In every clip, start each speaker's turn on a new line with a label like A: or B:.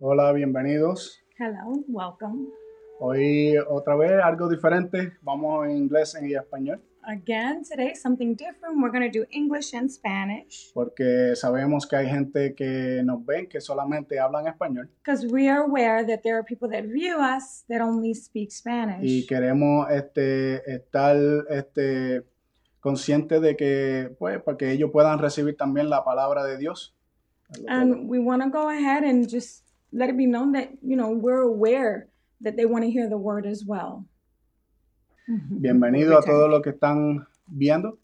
A: Hola, bienvenidos.
B: Hello, welcome.
A: Hoy otra vez algo diferente. Vamos en inglés y en español
B: Again, today something different. We're going to do English and Spanish
A: porque sabemos que hay gente que nos ven que solamente hablan español
B: because we are aware that there are people that view us that only speak
A: y
B: Spanish.
A: queremos este, estar este, conscientes de que, pues, para que ellos puedan recibir también la palabra de Dios.
B: And we want to go ahead and just let it be known that, you know, we're aware that they want to hear the word as well.
A: Mm-hmm. Bienvenido a todos los que están viendo.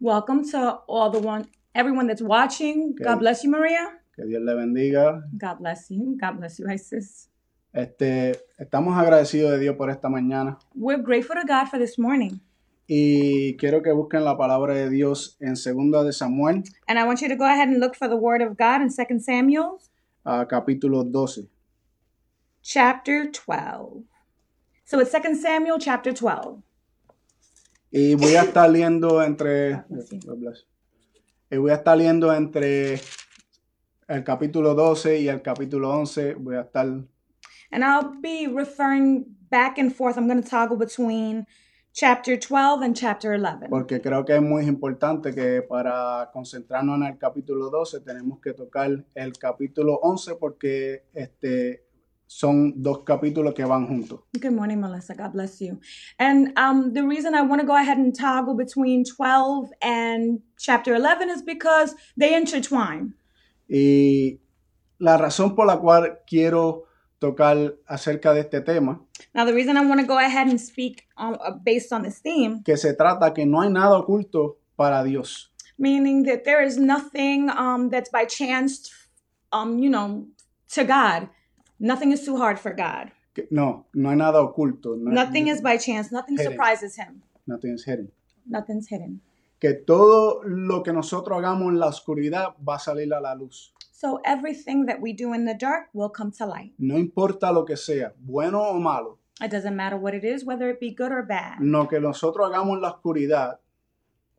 B: Welcome to all the one everyone that's watching. God
A: Okay.
B: bless you, Maria.
A: Que Dios le bendiga.
B: God bless you. God bless you, Isis.
A: Este, estamos agradecidos de Dios por esta mañana.
B: We're grateful to God for this morning.
A: Y quiero que busquen la palabra de Dios en Segunda de Samuel,
B: And I want you to go ahead and look for the word of God in 2 Samuel
A: ah, capítulo 12.
B: chapter 12. So it's 2 Samuel chapter 12.
A: Y voy a estar leyendo entre...
B: bless you.
A: God bless. Y voy a estar leyendo entre el capítulo 12 y el capítulo 11. Voy a estar...
B: And I'll be referring back and forth. I'm going to toggle between chapter 12 and chapter 11
A: Porque creo que es muy importante que para concentrarnos en el capítulo 12 tenemos que tocar el capítulo 11 porque este, son dos capítulos que van juntos.
B: Good morning, Melissa. God bless you. And um, the reason I want to go ahead and toggle between 12 and chapter 11 is because they intertwine.
A: Y la razón por la cual quiero tocar acerca de este tema,
B: Now, the reason I want to go ahead and speak um, uh, based on this theme,
A: que se trata que no hay nada oculto para Dios.
B: meaning that there is nothing um, that's by chance, um, you know, to God. Nothing is too hard for God.
A: Que- no, no hay nada oculto. No,
B: Nothing is by chance. Nothing
A: Hidden.
B: surprises Him.
A: nothing is hidden.
B: Nothing's hidden.
A: Que todo lo que nosotros hagamos en la oscuridad va a salir a la luz.
B: So everything that we do in the dark will come to light.
A: No importa lo que sea, bueno o malo,
B: It doesn't matter what it is, whether it be good or bad.
A: lo que nosotros hagamos en la oscuridad,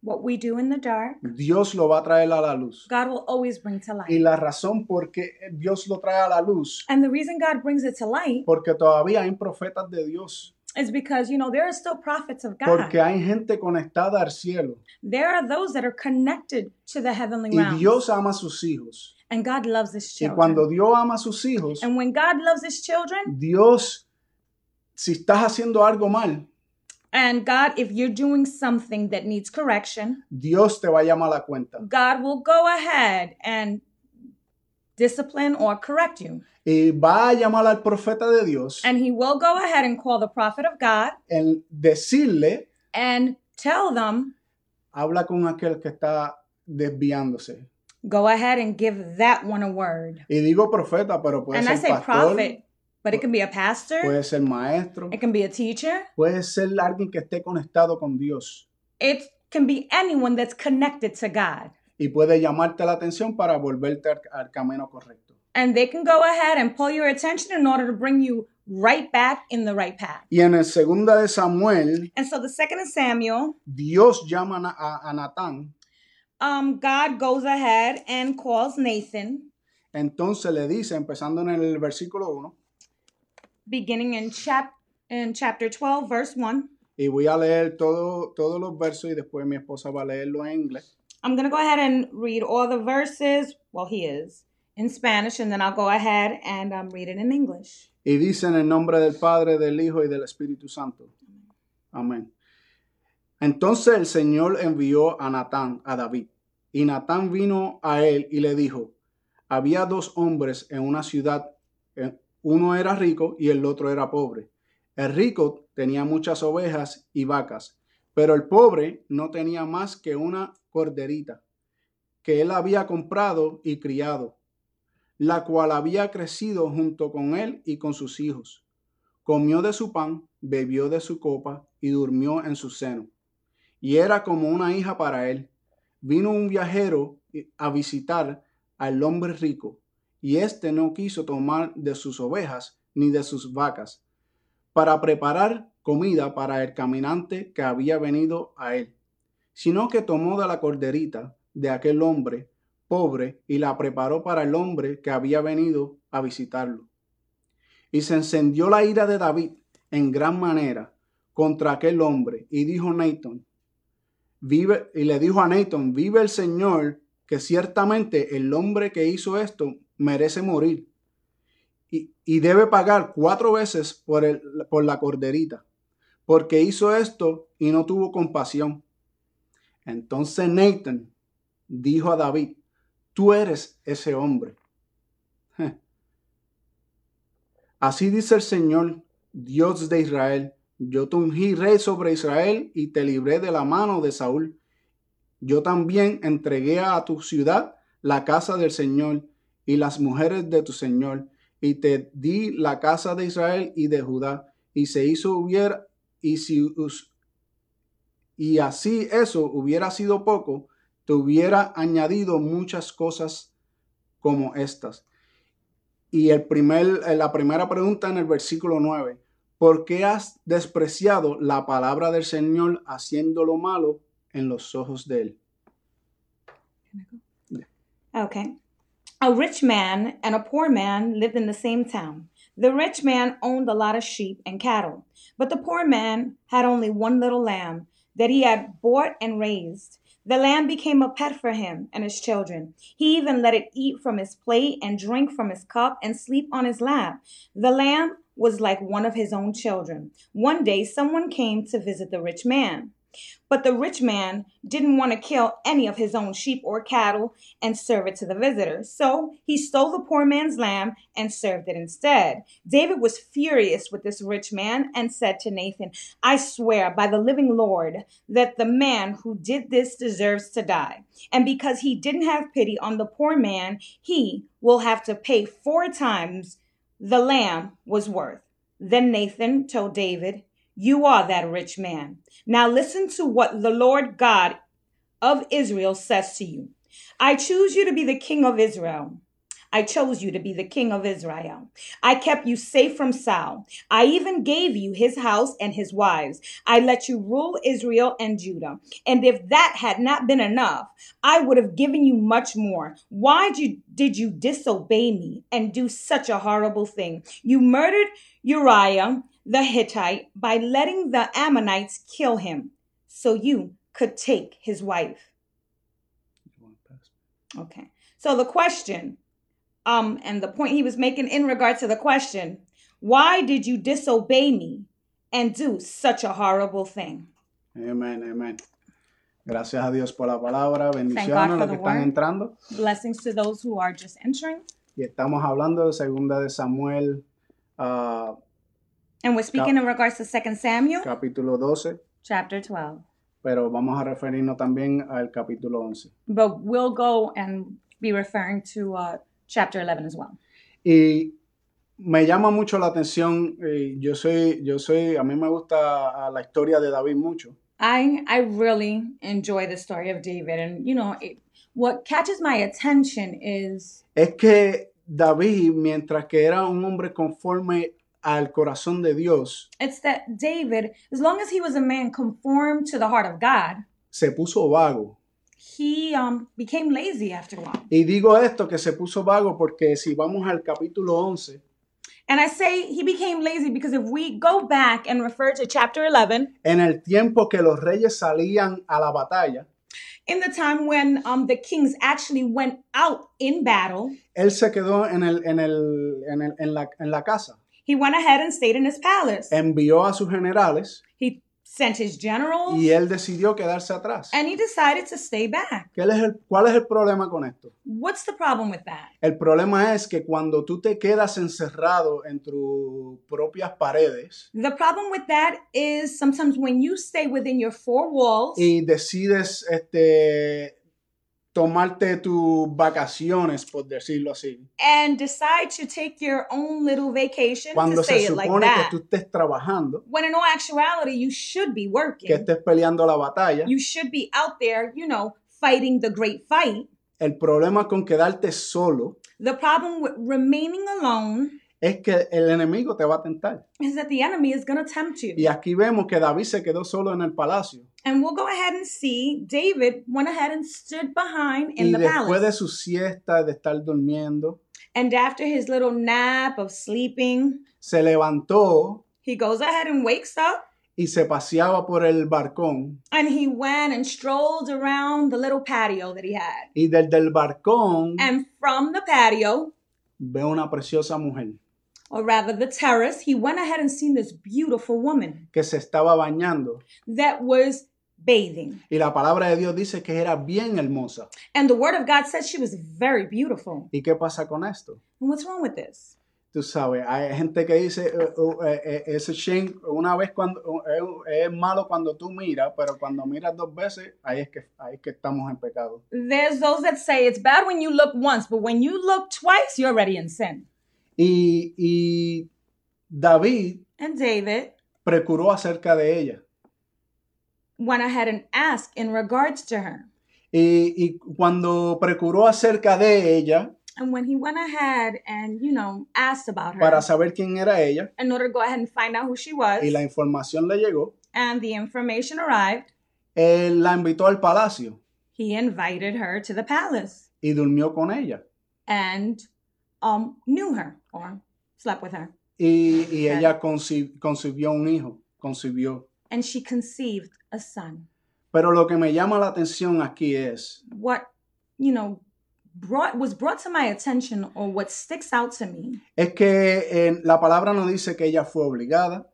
B: What we do in the dark,
A: Dios lo va a traer a la luz.
B: God will always bring to
A: Y
B: light.
A: la razón por qué Dios lo trae a la luz,
B: And the reason God brings it to light
A: porque todavía hay profetas de Dios
B: is because, you know, there are still prophets of God.
A: Porque hay gente conectada al cielo.
B: There are those that are connected to the heavenly
A: Y
B: realm.
A: Dios ama a sus hijos.
B: And God loves his
A: Y
B: children.
A: cuando Dios ama a sus hijos,
B: and when God loves his children,
A: Dios, si estás haciendo algo mal,
B: and God, if you're doing something that needs correction,
A: Dios te va a llamar a la cuenta.
B: God will go ahead and discipline or correct you.
A: Y va a llamar al profeta de Dios
B: And he will go ahead and call the prophet of God
A: en decirle,
B: and tell them,
A: habla con aquel que está desviándose.
B: go ahead and give that one a word.
A: Y digo profeta, pero puede
B: and I
A: ser
B: say
A: pastor,
B: prophet, but it can be a pastor,
A: puede ser maestro,
B: it can be a teacher,
A: puede ser alguien que esté conectado con Dios.
B: it can be anyone that's connected to God.
A: Y puede llamarte la atención para volverte al- al camino correcto.
B: And they can go ahead and pull your attention in order to bring you right back in the right path.
A: Y en el segunda de Samuel,
B: And so the second of Samuel,
A: Dios llama a Na- a, a Natán.
B: um, God goes ahead and calls Nathan,
A: Entonces le dice, empezando en el versículo 1,
B: beginning in chap in chapter 12, verse 1.
A: y voy a leer todo, todos los versos y después mi esposa va a leerlo en inglés.
B: I'm gonna go ahead and read all the verses. Well, he is in Spanish, and then I'll go ahead and um, read it in English.
A: Y dice en el nombre del Padre, del Hijo y del Espíritu Santo. Amén. Entonces el Señor envió a Natán, a David. Y Natán vino a él y le dijo, había dos hombres en una ciudad, eh, uno era rico y el otro era pobre. El rico tenía muchas ovejas y vacas, pero el pobre no tenía más que una corderita que él había comprado y criado la cual había crecido junto con él y con sus hijos. Comió de su pan, bebió de su copa y durmió en su seno. Y era como una hija para él. Vino un viajero a visitar al hombre rico, y éste no quiso tomar de sus ovejas ni de sus vacas, para preparar comida para el caminante que había venido a él, sino que tomó de la corderita de aquel hombre pobre y la preparó para el hombre que había venido a visitarlo. Y se encendió la ira de David en gran manera contra aquel hombre y dijo Nathan, vive, y le dijo a Nathan, vive el Señor, que ciertamente el hombre que hizo esto merece morir y, y debe pagar cuatro veces por, el, por la corderita, porque hizo esto y no tuvo compasión. Entonces Nathan dijo a David, tú eres ese hombre. Así dice el Señor, Dios de Israel, yo te ungí rey sobre Israel y te libré de la mano de Saúl. Yo también entregué a tu ciudad la casa del Señor y las mujeres de tu Señor, y te di la casa de Israel y de Judá, y se hizo hubiera, y si y así eso hubiera sido poco, te hubiera añadido muchas cosas como estas. Y el primer, eh, la primera pregunta en el versículo 9, ¿por qué has despreciado la palabra del Señor haciendo lo malo en los ojos de él?
B: Okay. A rich man and a poor man lived in the same town. The rich man owned a lot of sheep and cattle, but the poor man had only one little lamb that he had bought and raised. The lamb became a pet for him and his children. He even let it eat from his plate and drink from his cup and sleep on his lap. The lamb was like one of his own children. One day, someone came to visit the rich man. But the rich man didn't want to kill any of his own sheep or cattle and serve it to the visitor. So he stole the poor man's lamb and served it instead. David was furious with this rich man and said to Nathan, I swear by the living Lord that the man who did this deserves to die. And because he didn't have pity on the poor man, he will have to pay four times the lamb was worth. Then Nathan told David, you are that rich man. Now listen to what the Lord God of Israel says to you. I choose you to be the king of Israel. I chose you to be the king of Israel. I kept you safe from Saul. I even gave you his house and his wives. I let you rule Israel and Judah. And if that had not been enough, I would have given you much more. Why did you, did you disobey me and do such a horrible thing? You murdered Uriah the Hittite by letting the Ammonites kill him so you could take his wife. Okay. So the question, um, and the point he was making in regard to the question, why did you disobey me and do such a horrible thing?
A: Amen, amen. Gracias a Dios por la palabra, bendiciones a los que están entrando.
B: Blessings to those who are just entering.
A: Y estamos hablando de segunda de Samuel uh,
B: And we're speaking in regards to 2 Samuel,
A: capítulo 12,
B: chapter 12.
A: pero vamos a referirnos también al capítulo 11.
B: But we'll go and be referring to uh, chapter 11 as well.
A: Y me llama mucho la atención, eh, yo soy, yo soy, a mí me gusta ah, la historia de David mucho.
B: I I really enjoy the story of David, and you know it, what catches my attention is
A: Es que David, mientras que era un hombre conforme al corazón de Dios,
B: it's that David, as long as he was a man conformed to the heart of God,
A: se puso vago.
B: he um, became lazy after a while.
A: Y digo esto que se puso vago porque si vamos al capítulo 11,
B: And I say he became lazy because if we go back and refer to chapter 11,
A: en el tiempo que los reyes salían a la batalla,
B: in the time when um, the kings actually went out in battle,
A: él se quedó en, el, en, el, en, el- en la, en la casa.
B: he went ahead and stayed in his palace.
A: Envió a sus generales
B: He sent his generals,
A: y él decidió quedarse atrás.
B: and he decided to stay back.
A: ¿Qué es el- ¿Cuál es el problema con esto?
B: What's the problem with that?
A: El problema es que cuando tú te quedas encerrado en tus propias paredes
B: The problem with that is sometimes when you stay within your four walls
A: y decides este, tomarte tus vacaciones, por decirlo así,
B: and decide to take your own little vacation,
A: cuando
B: to
A: se
B: say it like
A: supone que
B: that,
A: tú estés trabajando,
B: when in all actuality you should be
A: que
B: working,
A: estés peleando la batalla,
B: you should be out there, you know, fighting the great fight.
A: el problema con quedarte solo
B: The problem with remaining alone
A: es que el enemigo te va a tentar.
B: is that the enemy is going to tempt you.
A: Y aquí vemos que David se quedó solo en el palacio.
B: And we'll go ahead and see David went ahead and stood behind in
A: y
B: the
A: después
B: palace.
A: de su siesta, de estar durmiendo,
B: And after his little nap of sleeping,
A: se levantó
B: he goes ahead and wakes up
A: y se paseaba por el barcón.
B: and he went and strolled around the little patio that he had.
A: Y desde el barcón
B: And from the patio,
A: ve una preciosa mujer
B: or rather the terrace, he went ahead and seen this beautiful woman
A: que se estaba bañando.
B: that was bathing.
A: Y la palabra de Dios dice que era bien hermosa.
B: And the word of God said she was very beautiful.
A: ¿Y qué pasa con esto?
B: And what's wrong with this?
A: Tú sabes, hay gente que dice, eh, oh, eh, eh, ese shame, una vez cuando eh, es malo cuando tú miras, pero cuando miras dos veces, ahí es que, ahí es que estamos en pecado.
B: There's those that say it's bad when you look once, but when you look twice, you're already in sin.
A: Y, y David
B: And David
A: procuró acerca de ella.
B: went ahead and asked in regards to her.
A: Y, y cuando procuró acerca de ella,
B: And when he went ahead and, you know, asked about her
A: para saber quién era ella,
B: in order to go ahead and find out who she was,
A: y la información le llegó,
B: and the information arrived,
A: él la invitó al palacio
B: he invited her to the palace
A: y durmió con ella.
B: and um, knew her or slept with her.
A: Y, y ella conci- concibió un hijo, concibió.
B: And she conceived a son.
A: Pero lo que me llama la atención aquí es
B: What, you know, brought was brought to my attention or what sticks out to me.
A: es que eh, la palabra no dice que ella fue obligada,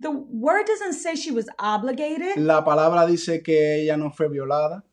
B: The word doesn't say she was obligated.
A: la palabra dice que ella no fue violada,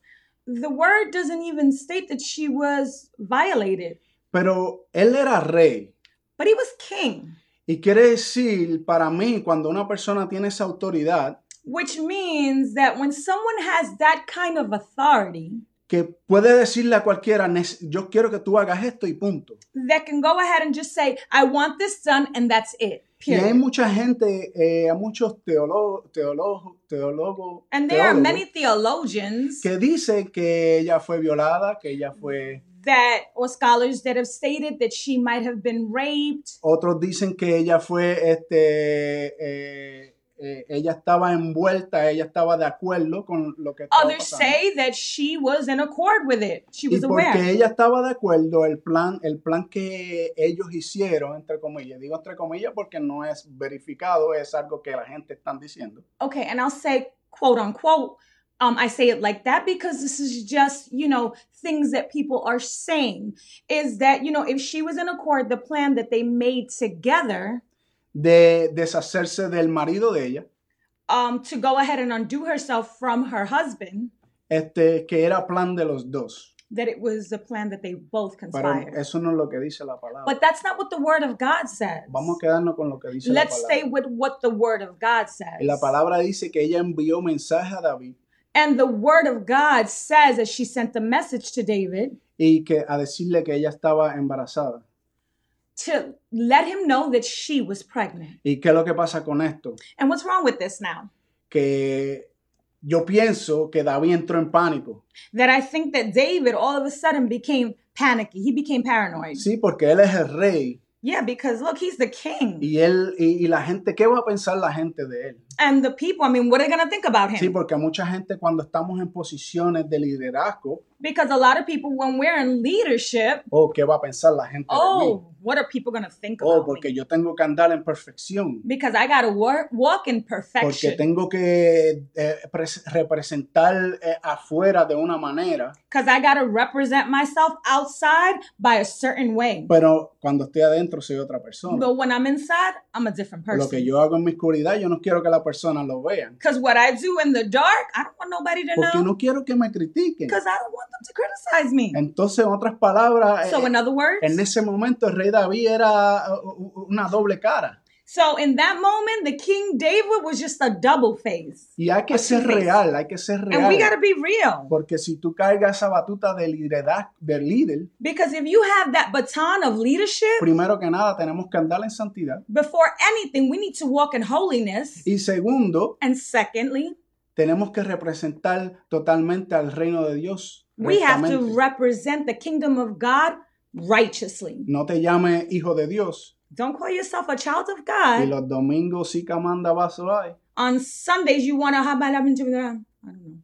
B: The word doesn't even state that she was violated.
A: pero él era rey.
B: But he was king.
A: Y quiere decir, para mí, cuando una persona tiene esa autoridad,
B: Which means that when someone has that kind of authority
A: que puede decirle a cualquiera, "Nes- yo quiero que tú hagas esto y punto.
B: that can go ahead and just say, I want this done, and that's it.
A: Y hay
B: Period.
A: mucha gente, eh, a muchos teólogos, teólogos, teólogos,
B: And there are
A: teólogos,
B: many theologians
A: que dicen que ella fue violada, que
B: Mm.
A: ella fue...
B: that or scholars that have stated that she might have been raped.
A: Otros dicen que ella fue, este, eh, eh, ella estaba envuelta, ella estaba de acuerdo con lo que estaba
B: Others
A: pasando.
B: say that she was in accord with it. She
A: Y
B: was aware.
A: porque ella estaba de acuerdo, el plan, el plan que ellos hicieron, entre comillas, digo entre comillas porque no es verificado, es algo que la gente está diciendo.
B: okay, and I'll say quote unquote. Um, I say it like that because this is just, you know, things that people are saying. Is that, you know, if she was in accord, the plan that they made together
A: de deshacerse del marido de ella,
B: um, to go ahead and undo herself from her husband,
A: este, que era plan de los dos.
B: that it was the plan that they both
A: Pero
B: conspired.
A: eso no um, es lo que dice la palabra.
B: but that's not what the word of God says.
A: Vamos a quedarnos con lo que dice la
B: Let's stay
A: palabra.
B: with what the word of God says.
A: Y la palabra dice que ella envió mensaje a David
B: and the word of God says that she sent the message to David
A: y que a decirle que ella estaba embarazada.
B: to let him know that she was pregnant.
A: ¿Y qué es lo que pasa con esto?
B: And what's wrong with this now?
A: Que yo pienso que David entró en pánico.
B: That I think that David all of a sudden became panicky. He became paranoid.
A: Sí, porque él es el rey
B: Yeah, because look, he's the king.
A: y él y, y la gente, ¿qué va a pensar la gente de él?
B: And the people, I mean, what are they going to think about
A: Sí,
B: him?
A: porque mucha gente cuando estamos en posiciones de liderazgo,
B: Because a lot of people, when we're in leadership,
A: oh, ¿qué va a pensar la gente de mí?
B: oh, what are people going to think
A: Oh,
B: about
A: porque
B: me?
A: yo tengo que andar en perfección.
B: Because I got to work, walk in
A: Porque
B: perfection.
A: tengo que eh, pres- representar eh, afuera de una manera.
B: Because I got to represent myself outside by a certain way.
A: Pero cuando estoy adentro soy otra persona.
B: But when I'm inside, I'm a different
A: Lo que
B: person.
A: yo hago en mi oscuridad, yo no quiero que la persona lo vean.
B: Because what I do in the dark, I don't want nobody to
A: Porque
B: know.
A: no quiero que me critiquen.
B: Because I don't want them to criticize me.
A: Entonces, en otras palabras, eh,
B: So, in other words,
A: en ese momento el rey David era eh, u- u- una doble cara.
B: So in that moment, the King David was just a double face.
A: Y hay que
B: Así
A: ser
B: es.
A: real, hay que ser
B: And we got
A: real.
B: to be real
A: Porque si tú cargas esa batuta de liderazgo, de líder,
B: because if you have that baton of leadership,
A: primero que nada tenemos que andar en santidad.
B: before anything, we need to walk in holiness.
A: Y segundo,
B: And secondly,
A: tenemos que representar totalmente al reino de Dios.
B: we have to
A: rectamente.
B: represent the kingdom of God righteously.
A: no te llame hijo de Dios,
B: Don't call yourself a child of God.
A: Y los domingos sí que Amanda va a solar.
B: On Sundays, you want to have I don't know.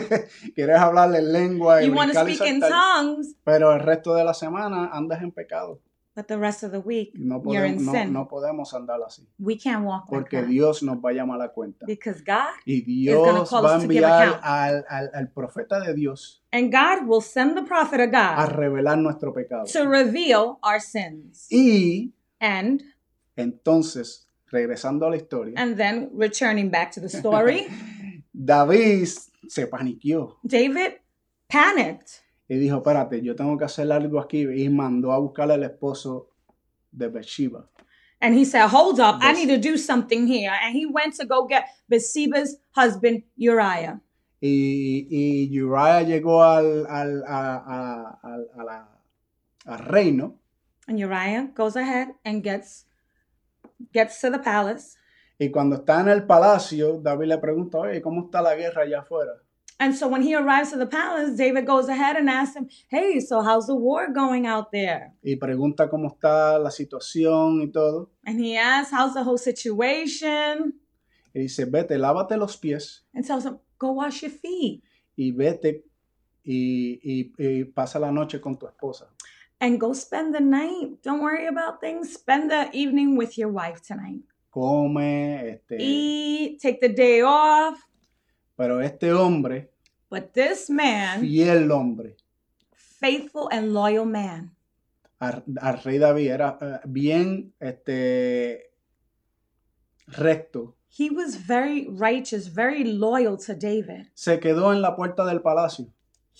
A: Quieres hablar en lengua y
B: You want to
A: brincar y
B: speak in
A: saltar.
B: tongues,
A: Pero el resto de la semana andas en pecado.
B: but the rest of the week,
A: No
B: you're
A: podemos,
B: in
A: no,
B: sin.
A: no podemos andar así.
B: We can't walk like
A: Porque
B: that.
A: Dios nos va a llamar a la cuenta.
B: because God
A: Y
B: gonna
A: Dios
B: call
A: va a
B: us to give
A: enviar
B: account.
A: al, al- al profeta de Dios
B: and God will send the prophet
A: a
B: of God
A: revelar nuestro pecado.
B: to reveal our sins.
A: Y
B: And
A: entonces, regresando a la historia,
B: and then returning back to the story,
A: David se paniqueó
B: David panicked
A: y dijo, espérate, yo tengo que hacer algo aquí. Y mandó a buscar al esposo de Bathsheba.
B: and he said, "Hold up, I
A: Bas-
B: need to do something here." And he went to go get Bathsheba's husband Uriah.
A: Y, y Uriah llegó al, al- a- a- al- a la- al reino
B: And Uriah goes ahead and gets gets to the palace.
A: y cuando está en el palacio, David le pregunta, oye, ¿cómo está la guerra allá afuera?
B: And so when he arrives to the palace, David goes ahead and asks him, "Hey, so how's the war going out there?"
A: Y pregunta cómo está la situación y todo.
B: And he asks, "How's the whole situation?"
A: Y dice, vete, lávate los pies
B: And tells him, "Go wash your feet
A: y vete y, y- y pasa la noche con tu esposa.
B: and go spend the night. Don't worry about things. Spend the evening with your wife tonight.
A: Come, este...
B: Eat, take the day off."
A: Pero este hombre,
B: But this man,
A: fiel hombre,
B: faithful and loyal man,
A: al, al rey David, era eh, bien este, recto.
B: he was very righteous, very loyal to David.
A: Se quedó en la puerta del palacio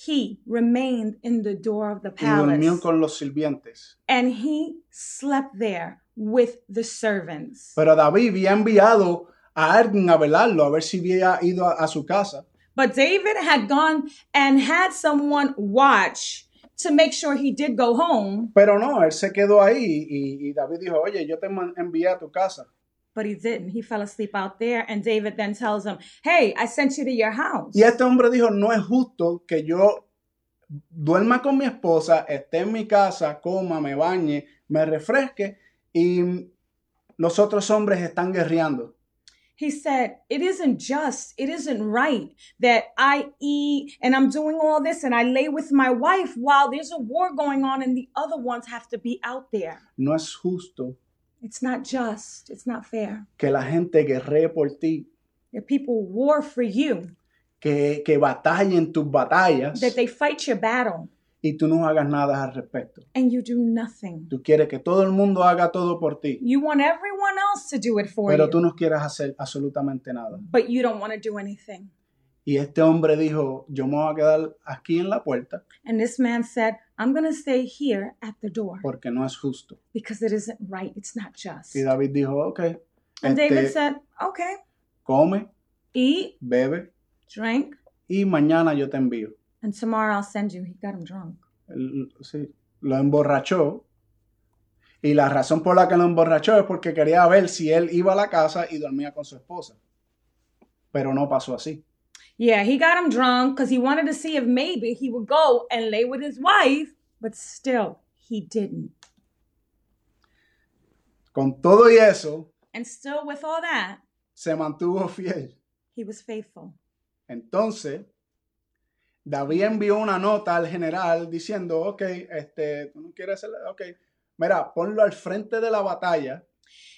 B: He remained in the door of the
A: y durmió
B: palace
A: con los sirvientes.
B: and he slept there with the servants.
A: Pero David había enviado a alguien a velarlo, a ver si había ido a, a su casa.
B: But David had gone and had someone watch to make sure he did go home,
A: Pero no, él se quedó ahí y, y David dijo, oye, yo te man- envié a tu casa.
B: but he didn't. He fell asleep out there. And David then tells him, Hey, I sent you to your house.
A: Y este hombre dijo, no es justo que yo duerma con mi esposa, esté en mi casa, coma, me bañe, me refresque y los otros hombres están guerreando.
B: He said, It isn't just, it isn't right that I eat and I'm doing all this and I lay with my wife while there's a war going on and the other ones have to be out there.
A: No es justo
B: It's not just, it's not fair.
A: que la gente guerree por ti,
B: That people war for you,
A: que, que batallen tus batallas
B: that they fight your battle
A: y tú no hagas nada al respecto.
B: and you do nothing.
A: Tú quieres que todo el mundo haga todo por ti,
B: You want everyone else to do it for
A: pero
B: you,
A: tú no quieres hacer absolutamente nada.
B: but you don't want to do anything.
A: Y este hombre dijo, yo me voy a quedar aquí en la puerta
B: And this man said, I'm going to stay here at the door
A: porque no es justo.
B: because it isn't right. It's not just.
A: Y David dijo, ok,
B: And David
A: este,
B: said, Okay,
A: come,
B: eat,
A: bebe
B: drink,
A: y mañana yo te envío.
B: And tomorrow I'll send you. He got him drunk.
A: Él, sí, lo emborrachó y la razón por la que lo emborrachó es porque quería ver si él iba a la casa y dormía con su esposa. Pero no pasó así.
B: Yeah, he got him drunk because he wanted to see if maybe he would go and lay with his wife, but still he didn't.
A: Con todo y eso,
B: And still, with all that,
A: se mantuvo fiel.
B: he was faithful.
A: Entonces, David envió una nota al general diciendo, ok, este, tú no quieres hacer, ok, mira, ponlo al frente de la batalla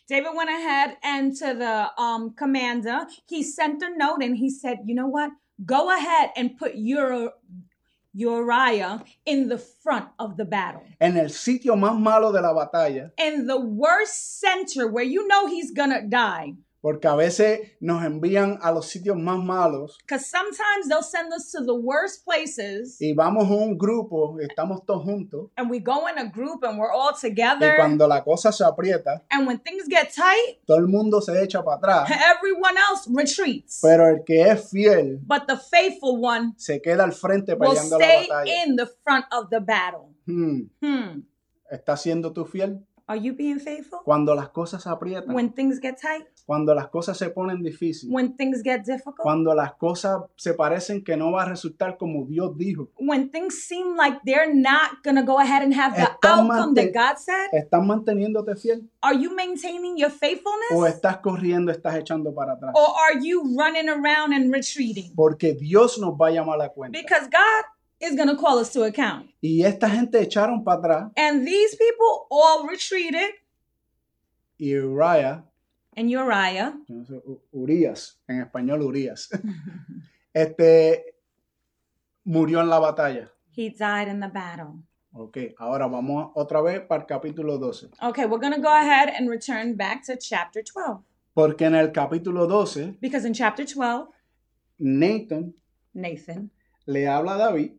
B: David went ahead and to the um, commander, he sent a note and he said, You know what? Go ahead and put Uri- Uriah in the front of the battle.
A: en el sitio más malo de la batalla,
B: In the worst center where you know he's gonna die.
A: porque a veces nos envían a los sitios más malos
B: Because sometimes they'll send us to the worst places.
A: y vamos a un grupo, estamos todos juntos,
B: and we go in a group and we're all
A: y
B: together.
A: cuando la cosa se aprieta,
B: and when things get tight,
A: todo el mundo se echa para atrás,
B: everyone else retreats.
A: pero el que es fiel
B: but the faithful one
A: se queda al frente
B: will
A: peleando la
B: stay
A: batalla.
B: in the front of the battle.
A: Hmm,
B: Hmm.
A: ¿Estás siendo tú fiel?
B: Are you being faithful?
A: Cuando las cosas aprietan,
B: When things get tight,
A: cuando las cosas se ponen difíciles,
B: when things get difficult,
A: cuando las cosas se parecen que no va a resultar como Dios dijo,
B: when things seem like they're not going to go ahead and have the
A: Estás
B: outcome
A: manten-
B: that God said,
A: ¿estás manteniéndote fiel
B: are you maintaining your faithfulness?
A: o estás corriendo, estás echando para atrás?
B: or are you running around and retreating?
A: Porque Dios nos va a llamar a la cuenta.
B: Because God is going to call us to account.
A: Y esta gente echaron para atrás
B: And these people all retreated,
A: y Uriah,
B: and Uriah,
A: yo no sé, U- Urias, en español Urias, este, murió en la batalla.
B: he died in the battle.
A: Ok, ahora vamos otra vez para el capítulo 12.
B: Okay, we're going to go ahead and return back to chapter 12.
A: Porque en el capítulo 12,
B: Because in chapter 12,
A: Nathan
B: Nathan
A: le habla a David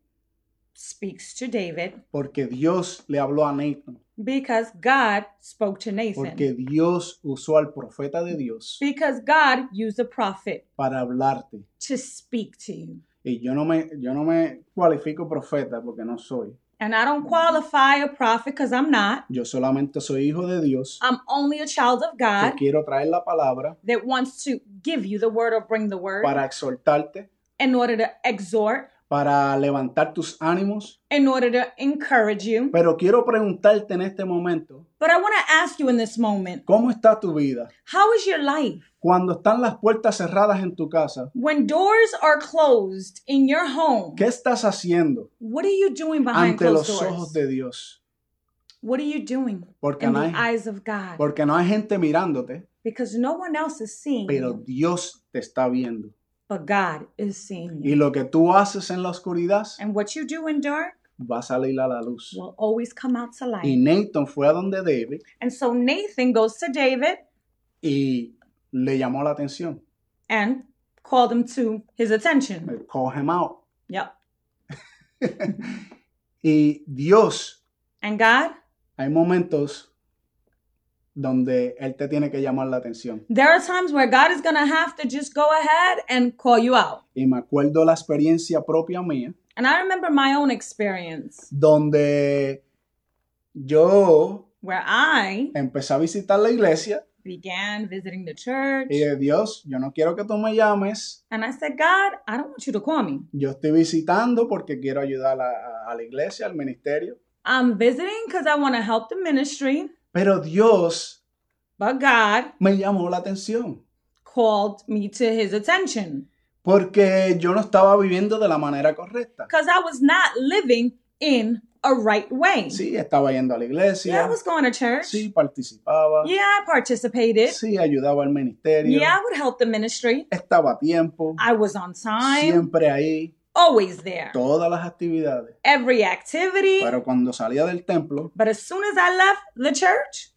B: speaks to David
A: porque Dios le habló a Nathan.
B: because God spoke to Nathan.
A: Porque Dios usó al profeta de Dios
B: Because God used a prophet
A: para hablarte.
B: to speak to you.
A: Y yo no me, yo no me cualifico profeta porque no soy.
B: And I don't qualify a prophet because I'm not.
A: Yo solamente soy hijo de Dios.
B: I'm only a child of
A: que
B: God
A: quiero traer la palabra
B: that wants to give you the word or bring the word
A: para exhortarte,
B: in order to exhort,
A: para levantar tus ánimos.
B: in order to encourage you.
A: Pero quiero preguntarte en este momento,
B: But I want to ask you in this moment
A: ¿cómo está tu vida?
B: how is your life?
A: Cuando están las puertas cerradas en tu casa,
B: When doors are closed in your home,
A: ¿qué estás haciendo
B: what are you doing behind
A: ante los
B: closed
A: ojos
B: doors?
A: de Dios?
B: What are you doing
A: Porque
B: in
A: no
B: the
A: hay,
B: eyes of God?
A: porque no hay gente mirándote,
B: Because no one else is seeing
A: pero
B: you,
A: Dios te está viendo.
B: but God is seeing
A: Y
B: you.
A: lo que tú haces en la oscuridad
B: And what you do in dark
A: va a salir a la luz.
B: will always come out to
A: Y
B: light.
A: Nathan fue a donde David
B: And so Nathan goes to David
A: y le llamó la atención.
B: and called him to his attention.
A: Call him out.
B: Yep.
A: Y Dios
B: And God,
A: hay momentos donde Él te tiene que llamar la atención.
B: there are times where God is going to have to just go ahead and call you out.
A: Y me acuerdo la experiencia propia mía,
B: And I remember my own experience
A: donde yo
B: where I
A: empecé a visitar la iglesia
B: began visiting the church
A: y de Dios, yo no quiero que tú me llames,
B: and I said, God, I don't want you to call me.
A: yo estoy visitando porque quiero ayudar a, a- a la iglesia, al ministerio.
B: I'm visiting because I want to help the ministry,
A: Pero Dios
B: but God
A: me llamó la atención
B: called me to his attention
A: porque yo no estaba viviendo de la manera correcta.
B: because I was not living in a right way.
A: Sí, estaba yendo a la
B: yeah,
A: iglesia,
B: I was going to church.
A: sí, participaba,
B: Yeah, I participated.
A: sí, ayudaba al ministerio.
B: Yeah, I would help the ministry.
A: estaba a tiempo,
B: I was on time,
A: siempre ahí,
B: always there,
A: todas las actividades.
B: every activity.
A: Pero cuando salía del templo,
B: But as soon as I left the church,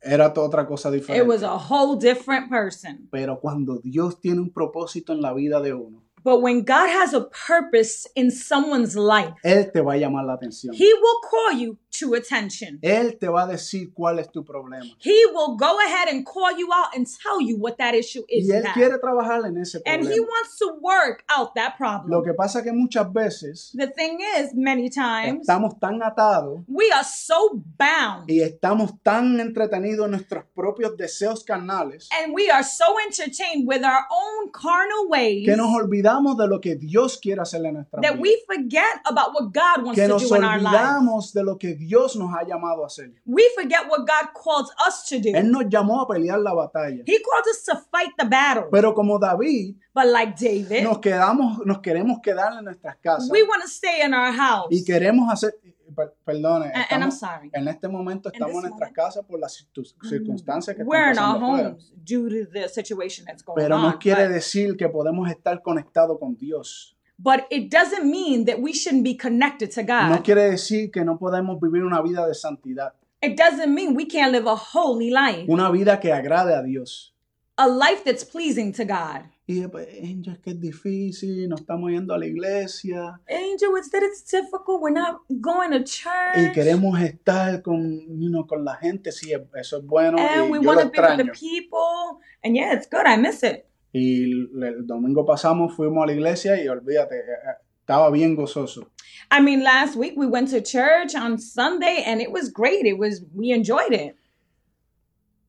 A: era toda otra cosa
B: it was
A: diferente.
B: a whole different person.
A: Pero cuando Dios tiene un propósito en la vida de uno,
B: But when God has a purpose in someone's life,
A: Él te va a llamar la atención.
B: He will call you to attention.
A: Él te va a decir cuál es tu problema.
B: He will go ahead and call you out and tell you what that issue is.
A: Y Él
B: now.
A: quiere trabajar en ese
B: and He
A: problema.
B: wants to work out that
A: Lo
B: problem.
A: que pasa que muchas veces
B: The thing is, many times,
A: estamos tan atados
B: we are so bound
A: y estamos tan entretenidos en nuestros propios deseos carnales
B: and we are so entertained with our own carnal ways
A: que nos olvidamos de lo que Dios quiere hacer en nuestra vida.
B: that we forget about what God wants
A: que
B: to
A: nos
B: do in our lives.
A: olvidamos de lo que Dios nos ha llamado a hacer.
B: We forget what God calls us to do.
A: Él nos llamó a pelear la batalla.
B: He called us to fight the battle.
A: Pero como David,
B: But like David,
A: nos quedamos, nos queremos quedar en nuestras casas
B: we want to stay in our house.
A: y queremos hacer, per- perdone,
B: And, and I'm
A: estamos-
B: sorry.
A: en este momento estamos en
B: this
A: nuestras casas por las circu- circunstancias que
B: Mm-hmm. We're
A: están
B: in our
A: pasando afuera.
B: homes due to the situation that's going
A: Pero
B: on.
A: no quiere
B: but,
A: decir que podemos estar conectados con Dios.
B: but it doesn't mean that we shouldn't be connected to God.
A: No quiere decir que no podemos vivir una vida de santidad,
B: It doesn't mean we can't live a holy life,
A: una vida que agrade a Dios.
B: a life that's pleasing to God.
A: Y después, "Angel, es que es difícil, no estamos yendo a la iglesia.
B: Angel, it's that it's difficult. We're not going to
A: y
B: church.
A: queremos estar con, you know, con la gente, sí, eso es bueno
B: and
A: y
B: we
A: yo lo
B: want to be with
A: extraño.
B: the people. And yeah, it's good. I miss it.
A: Y el, el domingo pasamos, fuimos a la iglesia y olvídate, eh, eh, estaba bien gozoso.
B: I mean, last week we went to church on Sunday and it was great. It was, we enjoyed it.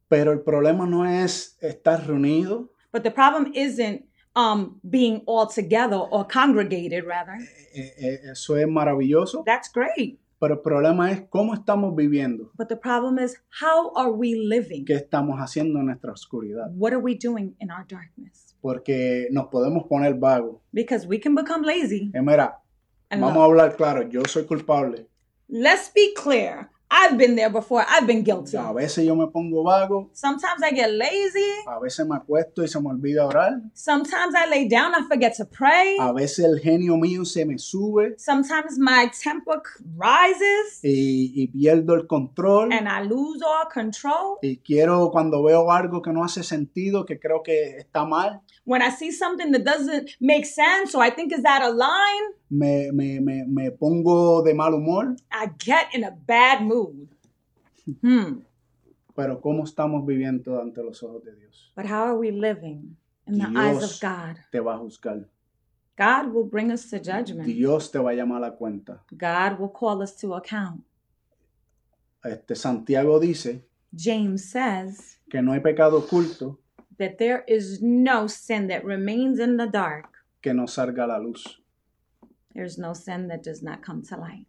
A: Pero el problema no es estar reunido,
B: But the problem isn't um, being all together or congregated, rather.
A: eh, eh, eso es maravilloso,
B: That's great.
A: pero el problema es cómo estamos viviendo,
B: But the problem is, how are we living?
A: qué estamos haciendo en nuestra oscuridad,
B: What are we doing in our darkness?
A: porque nos podemos poner vagos.
B: Because we can become lazy.
A: Eh, mira,
B: And
A: vamos a
B: look,
A: hablar claro, yo soy culpable.
B: let's be clear. I've been there before. I've been guilty.
A: A veces yo me pongo vago,
B: Sometimes I get lazy.
A: a veces me acuesto y se me olvida orar,
B: Sometimes I lay down. I forget to pray.
A: a veces el genio mío se me sube
B: Sometimes my temper c- rises
A: y, y pierdo el control.
B: and I lose all control.
A: Y quiero cuando veo algo que no hace sentido, que creo que está mal,
B: When I see something that doesn't make sense or I think is out of line,
A: me, me, me, me pongo de mal humor,
B: I get in a bad mood. Hmm.
A: pero cómo estamos viviendo ante los ojos de Dios.
B: But how are we living in the eyes
A: Dios.
B: of God?
A: Te va a juzgar.
B: God will bring us to judgment.
A: Dios te va a llamar a la cuenta.
B: God will call us to account.
A: Este, Santiago dice
B: James says
A: que no hay pecado oculto
B: that there is no sin that remains in the dark.
A: que no salga a la luz.
B: There's no sin that does not come to light.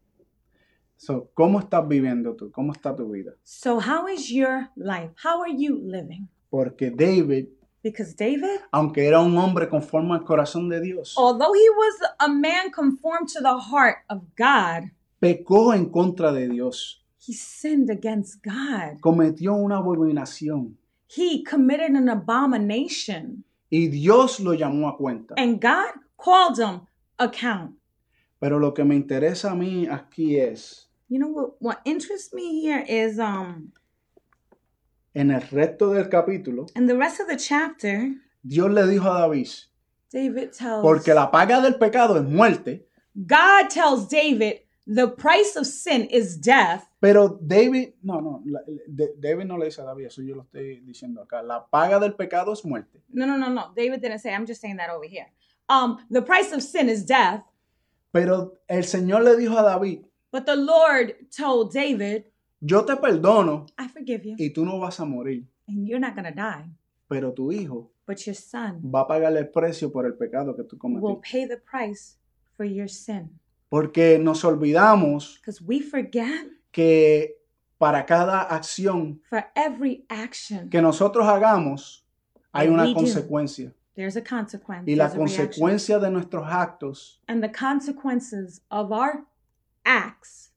A: So, ¿Cómo estás viviendo tú? ¿Cómo está tu vida?
B: So, how is your life? How are you living?
A: Porque David,
B: Because David,
A: aunque era un hombre conforme al corazón de Dios,
B: although he was a man conformed to the heart of God,
A: pecó en contra de Dios,
B: he sinned against God.
A: cometió una abominación.
B: He committed an abomination,
A: Y Dios lo llamó a cuenta.
B: and God called him account.
A: Pero lo que me interesa a mí aquí es,
B: You know what? What interests me here is um,
A: en el resto del capítulo,
B: in the rest of the chapter,
A: Dios le dijo a David,
B: David tells
A: porque la paga del pecado es muerte,
B: God tells David the price of sin is death.
A: pero David, no, no, la- de- David no le dice a David, eso yo lo estoy diciendo acá, la paga del pecado es muerte,
B: No, no, no, no. David didn't say. I'm just saying that over here. Um, the price of sin is death.
A: pero el Señor le dijo a David,
B: But the Lord told David,
A: yo te perdono
B: I forgive you,
A: y tú no vas a morir,
B: and you're not going to die,
A: pero tu hijo
B: but your son
A: va a pagar el precio por el pecado que tú
B: will
A: cometiste.
B: pay the price for your sin.
A: Porque nos olvidamos
B: Because we forget
A: que para cada acción
B: for every action,
A: que nosotros hagamos, hay
B: We
A: una
B: do.
A: consecuencia.
B: there's a consequence.
A: Y la
B: there's a reaction.
A: consecuencia de nuestros actos,
B: and the consequences of our acts,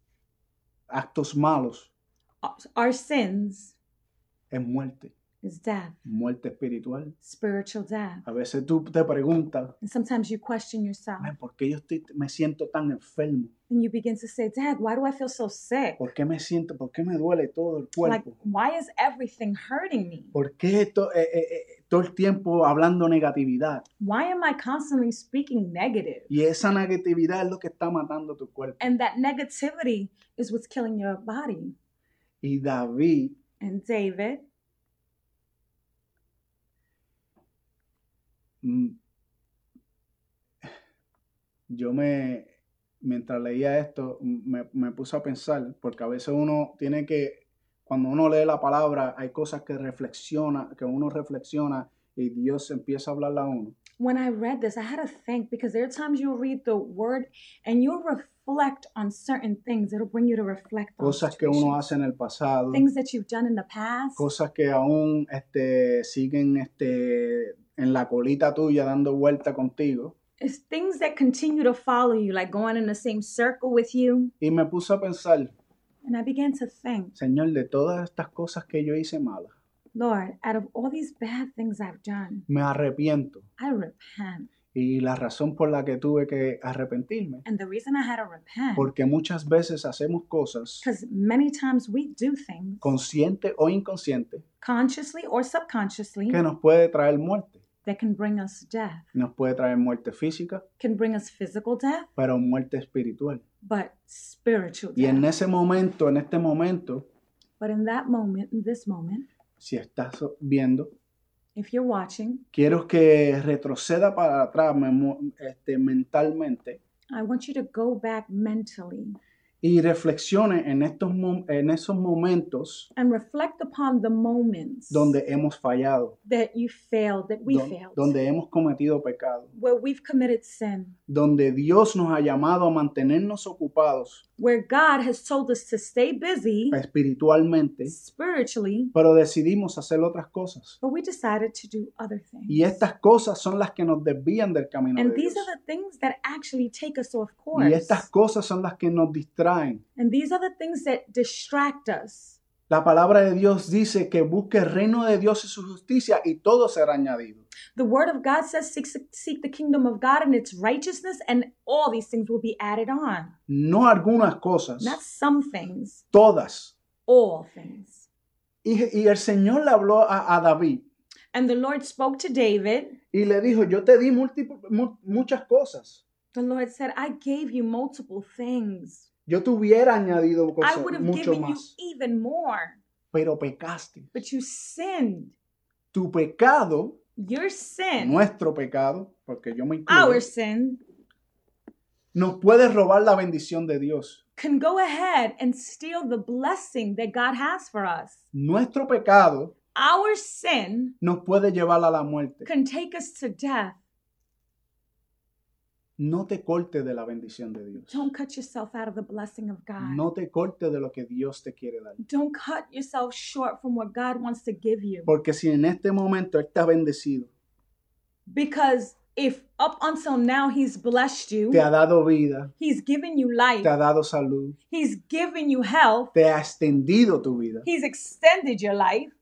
A: actos malos,
B: our sins,
A: es muerte,
B: is death,
A: muerte espiritual.
B: spiritual death.
A: A veces tú te preguntas,
B: And sometimes you question yourself
A: "Ay, ¿por qué yo estoy- me siento tan enfermo?
B: and you begin to say, Dad, why do I feel so sick?
A: ¿Por qué me siento, por qué me duele todo el
B: Like,
A: cuerpo?
B: why is everything hurting me?
A: ¿Por qué esto- eh, eh, eh, todo el tiempo hablando negatividad?
B: Why am I constantly speaking negative?
A: Y esa negatividad es lo que está matando tu cuerpo.
B: And that negativity is what's killing your body.
A: Y David
B: And David,
A: Mm. Yo me, mientras leía esto, me, me puse a pensar, porque a veces uno tiene que, cuando uno lee la palabra, hay cosas que reflexiona, que uno reflexiona y Dios empieza a hablarle a uno.
B: when I read this, I had to think because there are times you'll read the word and you'll reflect on certain things. It'll bring you to reflect on
A: Cosas que uno
B: situations.
A: hace en el pasado,
B: things that you've done in the past,
A: cosas que aún este, siguen este, en la colita tuya dando vuelta contigo.
B: it's things that continue to follow you, like going in the same circle with you.
A: Y me puse a pensar,
B: And I began to think,
A: Señor, de todas estas cosas que yo hice malas,
B: Lord, out of all these bad things I've done,
A: me arrepiento.
B: I repent.
A: Y la razón por la que tuve que arrepentirme,
B: And the reason I had to repent,
A: porque muchas veces hacemos cosas
B: because many times we do things
A: consciente o inconsciente
B: consciously or subconsciously
A: que nos puede traer muerte.
B: that can bring us death,
A: Nos puede traer muerte física,
B: can bring us physical death,
A: pero muerte espiritual.
B: but spiritual
A: Y
B: death.
A: en ese momento, en este momento,
B: But in that moment, in this moment,
A: si estás viendo,
B: if you're watching,
A: quiero que retroceda para atrás memo- este, mentalmente
B: I want you to go back mentally
A: y reflexione en, estos mom- en esos momentos
B: and reflect upon the moments
A: donde hemos fallado,
B: that you failed, that we
A: don-
B: failed,
A: donde hemos cometido pecado,
B: where we've committed sin,
A: donde Dios nos ha llamado a mantenernos ocupados
B: where God has told us to stay busy
A: espiritualmente,
B: spiritually,
A: pero decidimos hacer otras cosas.
B: but we decided to do other things.
A: Y estas cosas son las que nos desvían del camino
B: and
A: de
B: these
A: Dios.
B: are the things that actually take us off course.
A: Y estas cosas son las que nos distraen.
B: and these are the things that distract us.
A: La palabra de Dios dice que busque el reino de Dios y su justicia y todo será añadido.
B: The word of God says, seek, seek the kingdom of God and its righteousness, and all these things will be added on.
A: No algunas cosas,
B: Not some things,
A: todas.
B: all things.
A: Y, y el Señor le habló a, a David
B: And the Lord spoke to David.
A: y le dijo, yo te di múltipl- mu- muchas cosas.
B: The Lord said, I gave you multiple things.
A: Yo te hubiera añadido
B: I
A: cosas,
B: would have
A: mucho
B: given
A: más.
B: you even more,
A: Pero pecaste.
B: but you sinned.
A: Tu pecado,
B: Your sin,
A: nuestro pecado, porque yo me incluyo,
B: our sin,
A: nos puede robar la bendición de Dios.
B: can go ahead and steal the blessing that God has for us.
A: Nuestro pecado
B: Our sin
A: nos puede llevar a la muerte.
B: can take us to death.
A: No te cortes de la bendición de Dios.
B: Don't cut yourself out of the blessing of God.
A: No te cortes de lo que Dios te quiere dar.
B: Don't cut yourself short from what God wants to give you.
A: Porque si en este momento Él te ha bendecido,
B: Because if up until now He's blessed
A: te
B: you,
A: ha dado vida,
B: He's given you life,
A: te ha dado salud,
B: He's given you health,
A: te ha extendido tu vida,
B: He's extended your life,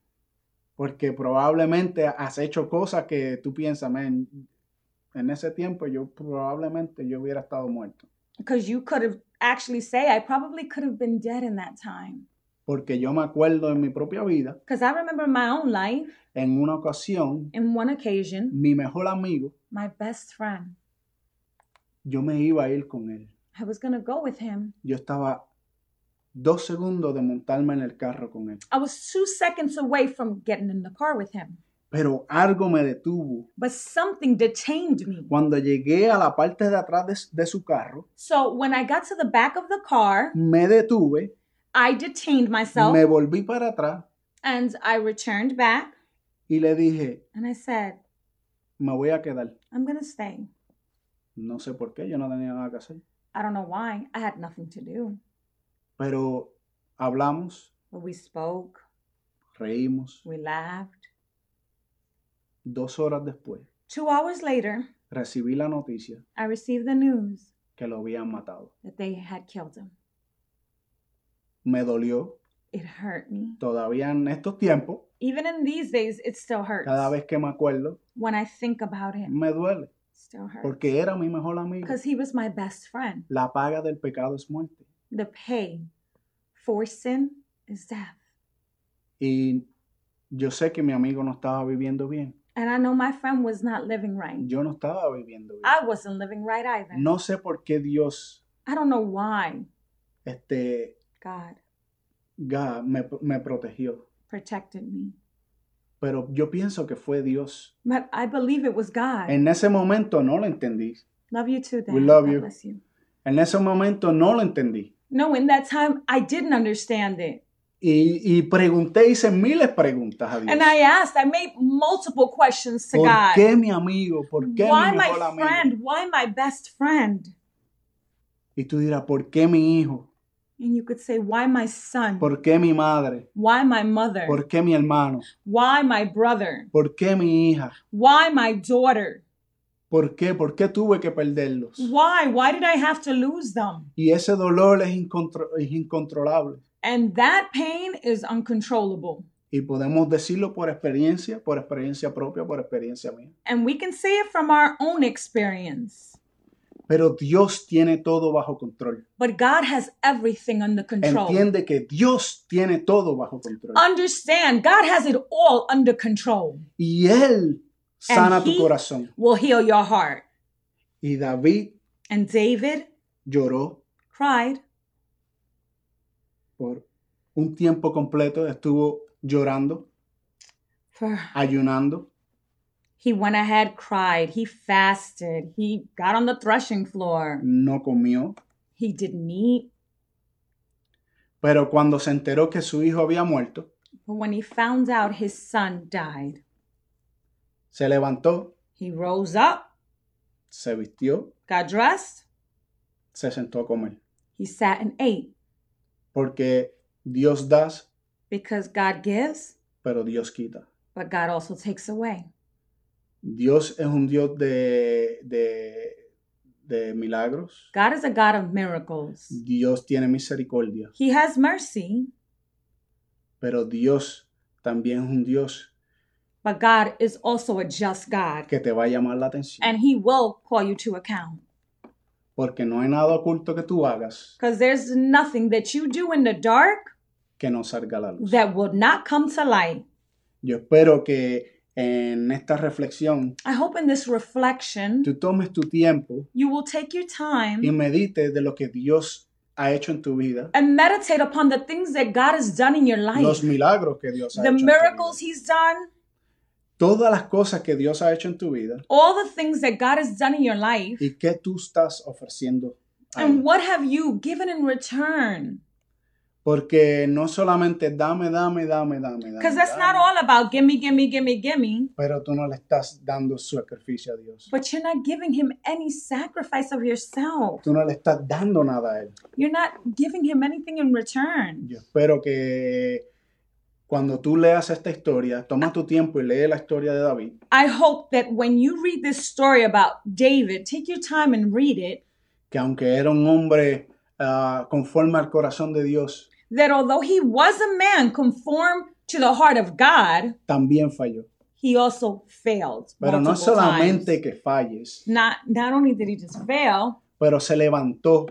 A: porque probablemente has hecho cosas que tú piensas, "Man, en ese tiempo yo probablemente yo hubiera estado muerto,
B: because you could have actually say, I probably could have been dead in that time.
A: porque yo me acuerdo en mi propia vida,
B: Because I remember my own life
A: en una ocasión,
B: in one occasion,
A: mi mejor amigo,
B: my best friend,
A: yo me iba a ir con él.
B: I was going to go with him.
A: Yo estaba dos segundos de montarme en el carro con él,
B: I was two seconds away from getting in the car with him,
A: pero algo me detuvo.
B: but something detained me.
A: Cuando llegué a la parte de atrás de- de su carro,
B: So when I got to the back of the car,
A: me detuve,
B: I detained myself
A: me volví para atrás
B: and I returned back
A: y le dije,
B: and I said,
A: me voy a quedar.
B: I'm going to stay.
A: No sé por qué, yo no tenía nada que hacer.
B: I don't know why. I had nothing to do.
A: Pero hablamos,
B: But we spoke,
A: reímos.
B: we laughed.
A: Dos horas después
B: Two hours later,
A: recibí la noticia
B: I received the news
A: que lo habían matado.
B: that they had killed him.
A: Me dolió.
B: It hurt me.
A: Todavía en estos tiempos,
B: Even in these days, it still hurts.
A: cada vez que me acuerdo,
B: When I think about him,
A: me duele.
B: it still hurts.
A: Porque era mi mejor amigo.
B: Because he was my best friend.
A: La paga del pecado es muerte.
B: The pay for sin is death.
A: Y yo sé que mi amigo no estaba viviendo bien.
B: And I know my friend was not living right.
A: Yo no estaba viviendo bien.
B: I wasn't living right either.
A: No sé por qué Dios,
B: I don't know why
A: este,
B: God
A: ga- me, me protegió.
B: protected me.
A: Pero yo pienso que fue Dios.
B: But I believe it was God.
A: En ese momento no lo entendí.
B: love you too, Dad.
A: We love
B: God
A: you.
B: Bless you.
A: En ese momento no lo entendí.
B: No, in that time, I didn't understand it.
A: Y, y pregunté, hice miles de preguntas a Dios.
B: And I asked, I made multiple questions to
A: ¿Por
B: God.
A: qué mi amigo? ¿Por qué
B: Why
A: mi
B: my
A: mejor amigo?
B: friend? Why my best friend?
A: Y tú dirás, ¿por qué mi hijo?
B: And you could say, why my son?
A: ¿Por qué mi madre?
B: Why my mother?
A: ¿Por qué mi hermano?
B: Why my brother?
A: ¿Por qué mi hija?
B: Why my daughter?
A: ¿Por qué? ¿Por qué tuve que perderlos?
B: Why? Why did I have to lose them?
A: Y ese dolor es, incontro- es incontrolable.
B: And that pain is uncontrollable.
A: Y podemos decirlo por experiencia, por experiencia propia, por experiencia mía.
B: And we can say it from our own experience.
A: Pero Dios tiene todo bajo control.
B: But God has everything under control.
A: Entiende que Dios tiene todo bajo control.
B: Understand, God has it all under control.
A: y Él sana
B: And
A: tu
B: he-
A: corazón.
B: Will heal your heart.
A: Y David
B: And David
A: lloró
B: cried
A: por un tiempo completo, estuvo llorando,
B: for
A: ayunando,
B: he went ahead, cried, he fasted, he got on the threshing floor.
A: no comió,
B: He didn't eat.
A: Pero cuando se enteró que su hijo había muerto,
B: But when he found out his son died,
A: se levantó,
B: he rose up,
A: se vistió,
B: got dressed,
A: se sentó a comer.
B: he sat and ate
A: Porque Dios da,
B: because God gives,
A: pero Dios quita.
B: but God also takes away.
A: Dios es un Dios de, de, de milagros.
B: God is a God of miracles.
A: Dios tiene misericordia.
B: He has mercy,
A: Pero Dios también es un Dios
B: but God is also a just God,
A: que te va a llamar la atención.
B: and he will call you to account.
A: Porque no hay nada oculto que tú hagas
B: Because there's nothing that you do in the dark
A: que no salga a la luz.
B: that will not come to light.
A: Yo espero que en esta reflexión
B: I hope in this reflection,
A: tú tomes tu tiempo
B: you will take your
A: y
B: time
A: medites de lo que Dios ha hecho en tu vida,
B: and meditate upon the things that God has done in your
A: los
B: life,
A: milagros que Dios ha
B: the
A: hecho. en tu
B: miracles
A: vida.
B: He's done,
A: Todas las cosas que Dios ha hecho en tu vida
B: all the things that God has done in your life.
A: y qué tú estás ofreciendo. a
B: And
A: Él.
B: what have you given in return?
A: Porque no solamente dame, dame, dame, dame, dame.
B: Because that's not
A: dame,
B: all about gimme, gimme, gimme, gimme.
A: Pero tú no le estás dando sacrificio a Dios.
B: But you're not giving him any sacrifice of yourself.
A: Tú no le estás dando nada a Él.
B: You're not giving him anything in return.
A: Yo espero que cuando tú leas esta historia, toma tu tiempo y lee la historia de David,
B: I hope that when you read this story about David, take your time and read it.
A: que aunque era un hombre ah, conforme al corazón de Dios,
B: That although he was a man conformed to the heart of God,
A: también falló.
B: he also failed.
A: Pero no
B: multiple times.
A: solamente que falles,
B: Not, not only did he just fail,
A: pero se levantó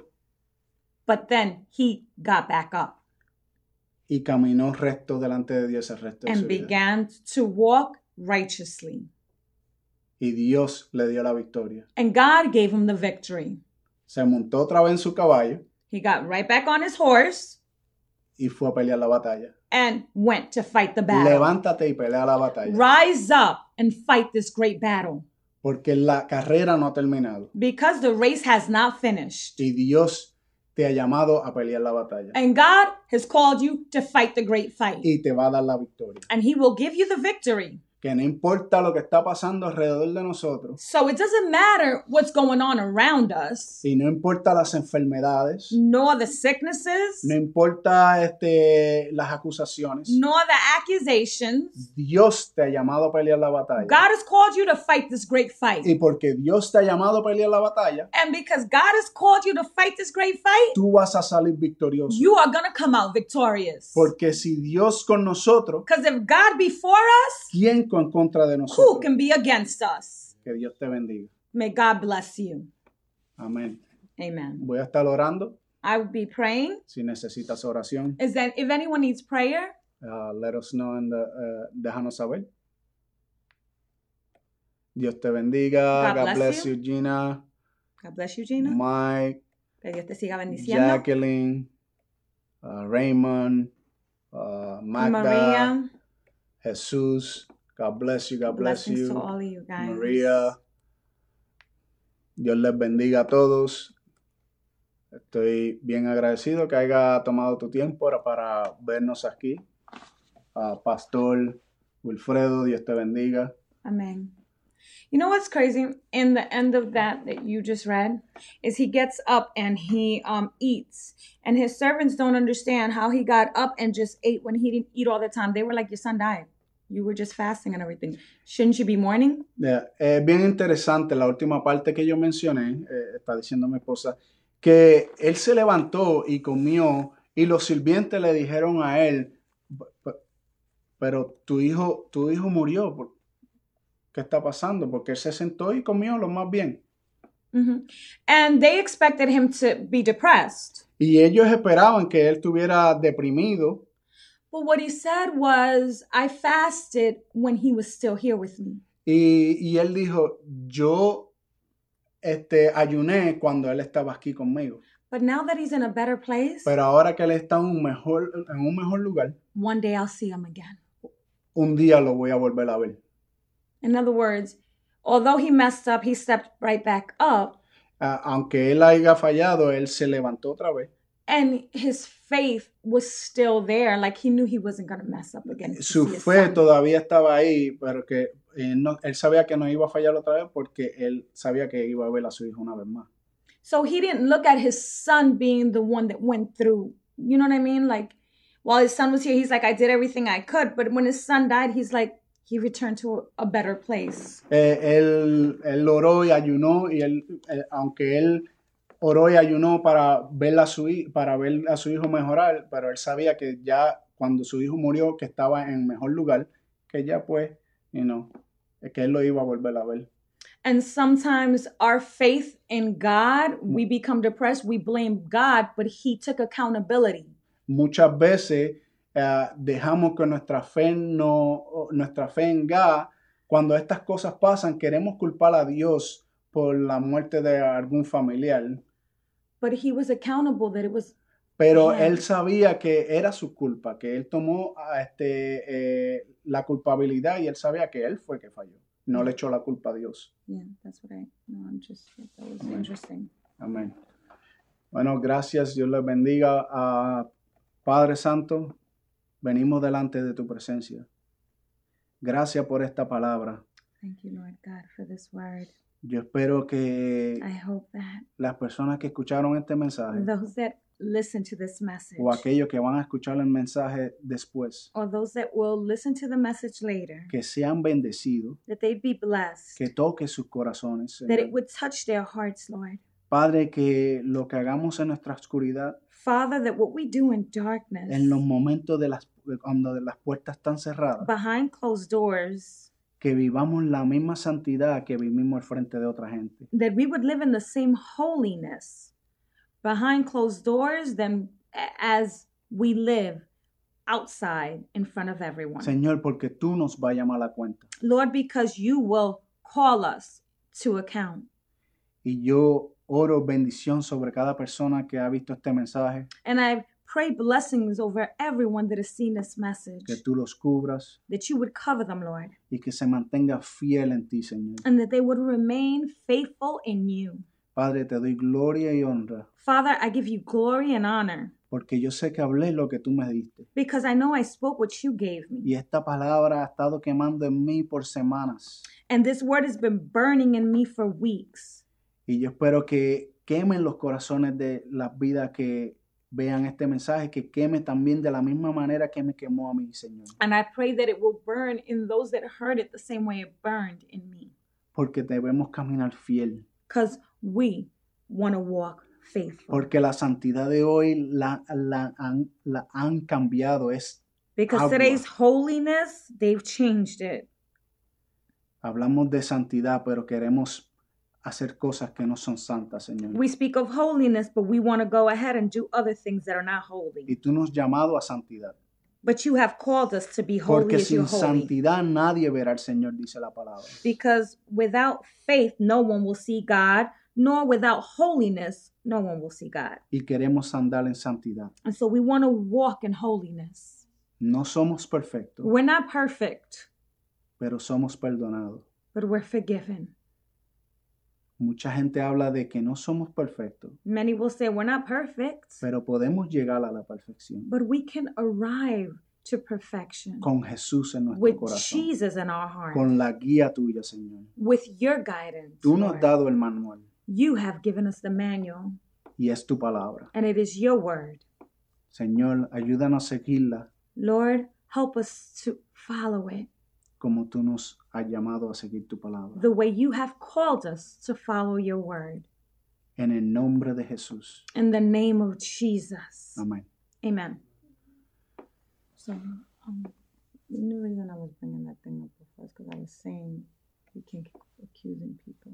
B: but then he got back up
A: y caminó recto delante de Dios el resto de
B: and
A: su vida.
B: began to walk righteously.
A: Y Dios le dio la victoria.
B: And God gave him the victory.
A: Se montó otra vez en su caballo
B: He got right back on his horse
A: y fue a pelear la batalla.
B: and went to fight the battle.
A: Levántate y pelea la batalla,
B: Rise up and fight this great battle
A: porque la carrera no ha terminado
B: because the race has not finished.
A: y Dios te ha llamado a pelear la batalla.
B: And God has called you to fight the great fight.
A: y te va a dar la victoria.
B: And He will give you the victory.
A: Que no importa lo que está pasando alrededor de nosotros
B: So it doesn't matter what's going on around us,
A: y no importa las enfermedades,
B: nor the sicknesses,
A: no importa este, las acusaciones,
B: nor the accusations.
A: Dios te ha llamado a pelear la batalla.
B: God has called you to fight this
A: y
B: great fight.
A: porque Dios te ha llamado a pelear la batalla,
B: And because God has called you to fight this great fight,
A: tú vas a salir victorioso.
B: you are going to come out victorious.
A: porque si Dios con nosotros,
B: Because if God before us,
A: ¿quién con contra de
B: who
A: nosotros?
B: can be against us?
A: Que Dios te bendiga.
B: May God bless you.
A: Amén.
B: Amen.
A: Voy a estar orando.
B: I will be praying.
A: Si necesitas oración,
B: Is that if anyone needs prayer,
A: Uh, let us know and déjanos saber. Dios te bendiga.
B: God bless
A: you,
B: you.
A: Gina,
B: God bless you, Gina.
A: Mike,
B: Que Dios te siga bendiciendo.
A: Jacqueline, uh, Raymond, uh, Magda,
B: Maria,
A: Jesús. God bless you. God bless
B: blessings to
A: you,
B: all of you guys.
A: Maria. Dios les bendiga a todos. Estoy bien agradecido que haya tomado tu tiempo ahora para vernos aquí. Uh, Pastor Wilfredo, Dios te bendiga.
B: Amen. You know what's crazy? In the end of that that you just read, is he gets up and he um eats, and his servants don't understand how he got up and just ate when he didn't eat all the time. They were like, "Your son died. You were just fasting and everything. Shouldn't you be mourning?"
A: Yeah, Es bien interesante la última parte que yo mencioné, eh, está diciendo mi esposa, que él se levantó y comió y los sirvientes le dijeron a él, "P- p- pero tu hijo, tu hijo murió, ¿por- ¿qué está pasando? Porque él se sentó y comió lo más bien.
B: hmm And they expected him to be depressed.
A: Y ellos esperaban que él estuviera deprimido,
B: But what he said was, I fasted when he was still here with me.
A: Y, y él dijo, yo este, ayuné cuando él estaba aquí conmigo,
B: But now that he's in a better place,
A: pero ahora que él está en un mejor, en un mejor lugar,
B: one day I'll see him again.
A: un día lo voy a volver a ver.
B: In other words, although he messed up, he stepped right back up
A: A- aunque él haya fallado, él se levantó otra vez
B: and his faith was still there. Like he knew he wasn't going to mess up again. to
A: Su
B: see his
A: fe
B: son.
A: todavía estaba ahí, pero que él, no- él sabía que no iba a fallar otra vez porque él sabía que iba a ver a su hijo una vez más.
B: So he didn't look at his son being the one that went through. You know what I mean? Like while his son was here, he's like, I did everything I could. But when his son died, he's like, he returned to a better place.
A: Eh, él, él oró y ayunó y él, eh, aunque él oró y ayunó para ver, a su, hi- para ver a su hijo mejorar, pero él sabía que ya cuando su hijo murió, que estaba en mejor lugar, que ya pues, you know, que él lo iba a volver a ver.
B: And sometimes our faith in God, we become depressed. We blame God, but he took accountability.
A: Muchas veces eh, dejamos que nuestra fe, no, nuestra fe en God, cuando estas cosas pasan, queremos culpar a Dios por la muerte de algún familiar.
B: But he was accountable that it was
A: Pero
B: Ajá.
A: él sabía que era su culpa, que él tomó ah, este, eh, la culpabilidad y él sabía que él fue que falló. No le echó la culpa a Dios.
B: Yeah, that's what I. No, I'm just. That was
A: Amen.
B: interesting.
A: Amén. Bueno, gracias. Dios les bendiga. Ah, Padre Santo, venimos delante de tu presencia. Gracias por esta palabra.
B: Thank you, Lord God, for this word.
A: Yo espero que
B: I hope that
A: las personas que escucharon este mensaje
B: those that listen to this message,
A: o aquellos que van a escuchar el mensaje después,
B: or those that will listen to the message later,
A: que sean bendecidos,
B: that they'd be blessed,
A: que toque sus corazones.
B: that
A: Señor.
B: it would touch their hearts, Lord.
A: Padre, que lo que hagamos en nuestra oscuridad,
B: Father, that what we do in darkness,
A: en los momentos de las, cuando de las puertas están cerradas,
B: behind closed doors,
A: que vivamos la misma santidad que vivimos al frente de otra gente.
B: that we would live in the same holiness behind closed doors than a- as we live outside in front of everyone.
A: Señor, porque tú nos vas a llamar a la cuenta.
B: Lord, because you will call us to account.
A: Y yo oro bendición sobre cada persona que ha visto este mensaje,
B: And I pray blessings over everyone that has seen this message,
A: que tú los cubras
B: that you would cover them, Lord,
A: y que se mantenga fiel en ti, Señor.
B: and that they would remain faithful in you.
A: Padre, te doy gloria y honra,
B: Father, I give you glory and honor
A: porque yo sé que hablé lo que tú me diste.
B: because I know I spoke what you gave me.
A: Y esta palabra ha estado quemando en mí por semanas.
B: And this word has been burning in me for weeks.
A: Y yo espero que quemen los corazones de las vidas que vean este mensaje, que queme también de la misma manera que me quemó a mí, Señor.
B: And I pray that it will burn in those that heard it the same way it burned in me
A: Porque debemos caminar fiel.
B: because we want to walk faithful.
A: Porque la santidad de hoy la, la han, la han cambiado. Es,
B: Because
A: Agua.
B: today's holiness, they've changed it.
A: hablamos de santidad, pero queremos hacer cosas que no son santas, Señor.
B: We speak of holiness, but we want to go ahead and do other things that are not
A: Y
B: holy.
A: tú nos has llamado a santidad.
B: But you have called us to be holy
A: Porque
B: as you're
A: sin
B: holy.
A: santidad nadie verá al Señor, dice la palabra.
B: Because without faith, no one will see God, nor without holiness, no one will see God.
A: Y queremos andar en santidad.
B: And so we want to walk in holiness.
A: No somos perfectos,
B: We're not perfect,
A: pero somos perdonados.
B: but we're forgiven.
A: Mucha gente habla de que no somos perfectos,
B: Many will say we're not perfect,
A: pero podemos llegar a la perfección
B: but we can arrive to perfection
A: con Jesús en nuestro
B: with
A: corazón,
B: Jesus in our heart,
A: con la guía tuya, Señor.
B: with your guidance.
A: Tú nos has
B: Lord.
A: dado el manual
B: You have given us the manual,
A: y es tu palabra.
B: and it is your word.
A: Señor, ayúdanos a seguirla
B: Lord, help us to follow it
A: como tú nos has llamado a seguir tu palabra.
B: the way you have called us to follow your word.
A: En el nombre de Jesús.
B: In the name of Jesus.
A: Amén.
B: Amen. So, um, the only reason I was bringing that thing up before is because I was saying we can't keep accusing people,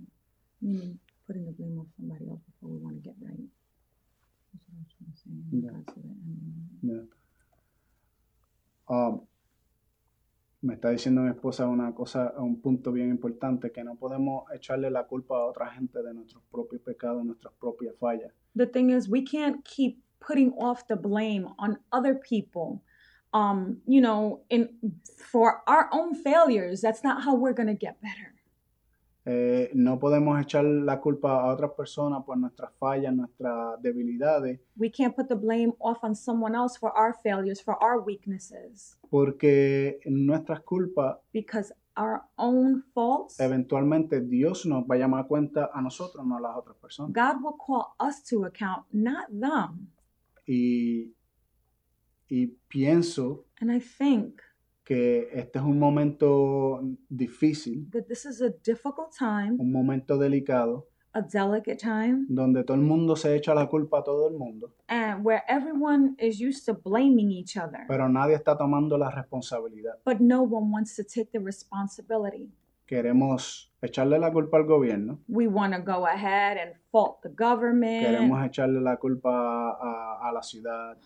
B: meaning putting the blame on somebody else before we want to get right. That's what I was trying to say in
A: Yeah.
B: regards to the ending.
A: Ya. Ah, me está diciendo mi esposa una cosa, un punto bien importante, que no podemos echarle la culpa a otra gente de nuestros propios pecados, nuestras propias fallas.
B: the thing is we can't keep putting off the blame on other people um you know in for our own failures that's not how we're going to get better
A: Eh, no podemos echar la culpa a otras personas por nuestras fallas, nuestras debilidades,
B: We can't put the blame off on someone else for our failures, for our weaknesses,
A: porque nuestras culpas
B: because our own faults,
A: eventualmente Dios nos va a llamar a cuenta a nosotros, no a las otras personas.
B: God will call us to account, not them.
A: Y, y pienso
B: And I think
A: que este es un momento difícil,
B: that this is a difficult time,
A: un momento delicado,
B: a delicate time,
A: donde todo el mundo se echa la culpa a todo el mundo,
B: and where everyone is used to blaming each other,
A: pero nadie está tomando la responsabilidad.
B: but no one wants to take the responsibility.
A: Queremos echarle la culpa al gobierno,
B: We want to go ahead and fault the government.
A: queremos echarle la culpa a, a la ciudad,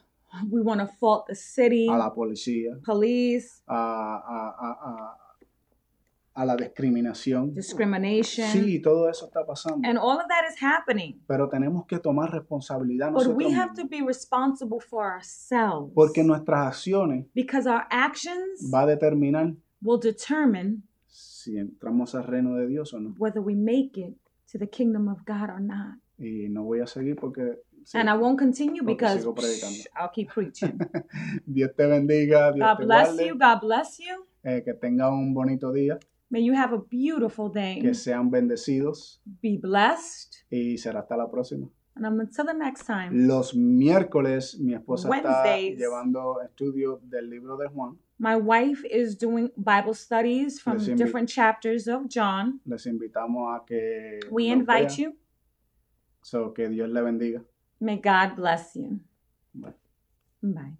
B: We want to fault the city,
A: a la policía,
B: police,
A: a, a- a- a- a la discriminación.
B: discrimination.
A: Sí, todo eso está pasando,
B: And all of that is happening.
A: pero tenemos que tomar responsabilidad
B: But
A: nosotros
B: we have to
A: mismos,
B: be responsible for ourselves.
A: porque nuestras acciones
B: because our actions
A: va a determinar
B: will determine
A: si entramos al reino de Dios o no.
B: whether we make it to the kingdom of God or not.
A: Y no voy a seguir porque sí.
B: And I won't continue
A: Porque
B: because
A: sigo predicando.
B: psh, I'll keep preaching.
A: Dios te bendiga, Dios
B: God
A: te
B: bless
A: guarde,
B: you. God bless you.
A: eh, que tengan un bonito día,
B: May you have a beautiful day.
A: que sean bendecidos
B: Be blessed.
A: y será hasta la próxima.
B: And um, until the next time,
A: Los miércoles mi esposa
B: Wednesdays.
A: está llevando estudios del libro de Juan.
B: my wife is doing Bible studies from
A: Yes, indeed.
B: different chapters of John.
A: Les invitamos a que
B: We
A: los
B: invite
A: vean.
B: you.
A: So, que Dios le bendiga.
B: May God bless you.
A: Bye.
B: Bye.